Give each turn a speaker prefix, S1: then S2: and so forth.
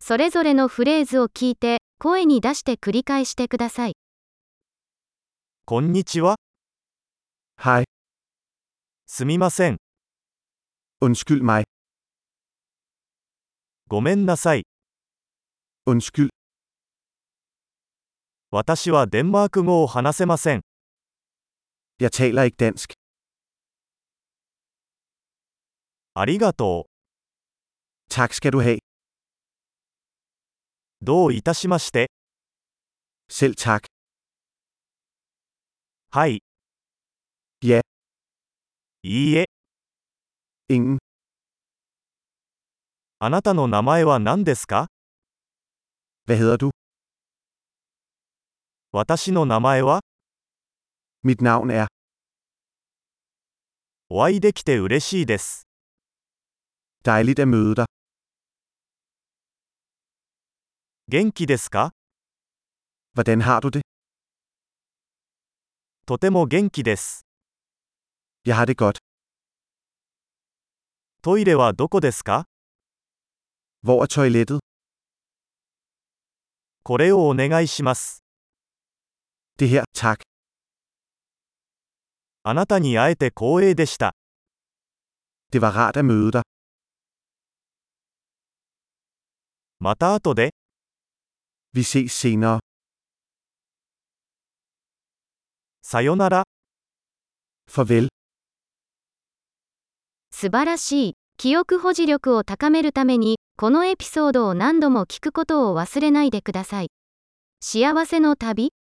S1: それぞれのフレーズを聞いて、声に出して繰り返してください。
S2: こんにちは。
S3: Hej,
S2: すみません。
S3: undskyld mig,
S2: ごめんなさい。
S3: undskyld,
S2: 私はデンマーク語を話せません。
S3: jeg taler ikke dansk.
S2: ありがと
S3: Tak skal du have.
S2: う。どういたしまして。
S3: Selv tak.
S2: はい。
S3: いえ。
S2: いいえ。
S3: Ingen.
S2: あなたの名前は何ですか
S3: Hvad hedder du?
S2: 私の名前は、
S3: Mit navn er.
S2: お会いできて嬉しいです。
S3: Dejligt at møde dig.
S2: 元気ですか
S3: Hvordan har du det?
S2: とても元気です。
S3: Jeg har det godt.
S2: トイレはどこですか
S3: Hvor er toilettet?
S2: これをお願いします。
S3: Det her, tak.
S2: あなたに会えて光栄でした。
S3: Det var rart at møde dig.
S2: また後で、
S3: Vi ses senere.
S2: さよなら。
S3: Farvel.
S1: 素晴らしい。記憶保持力を高めるために、このエピソードを何度も聞くことを忘れないでください。幸せの旅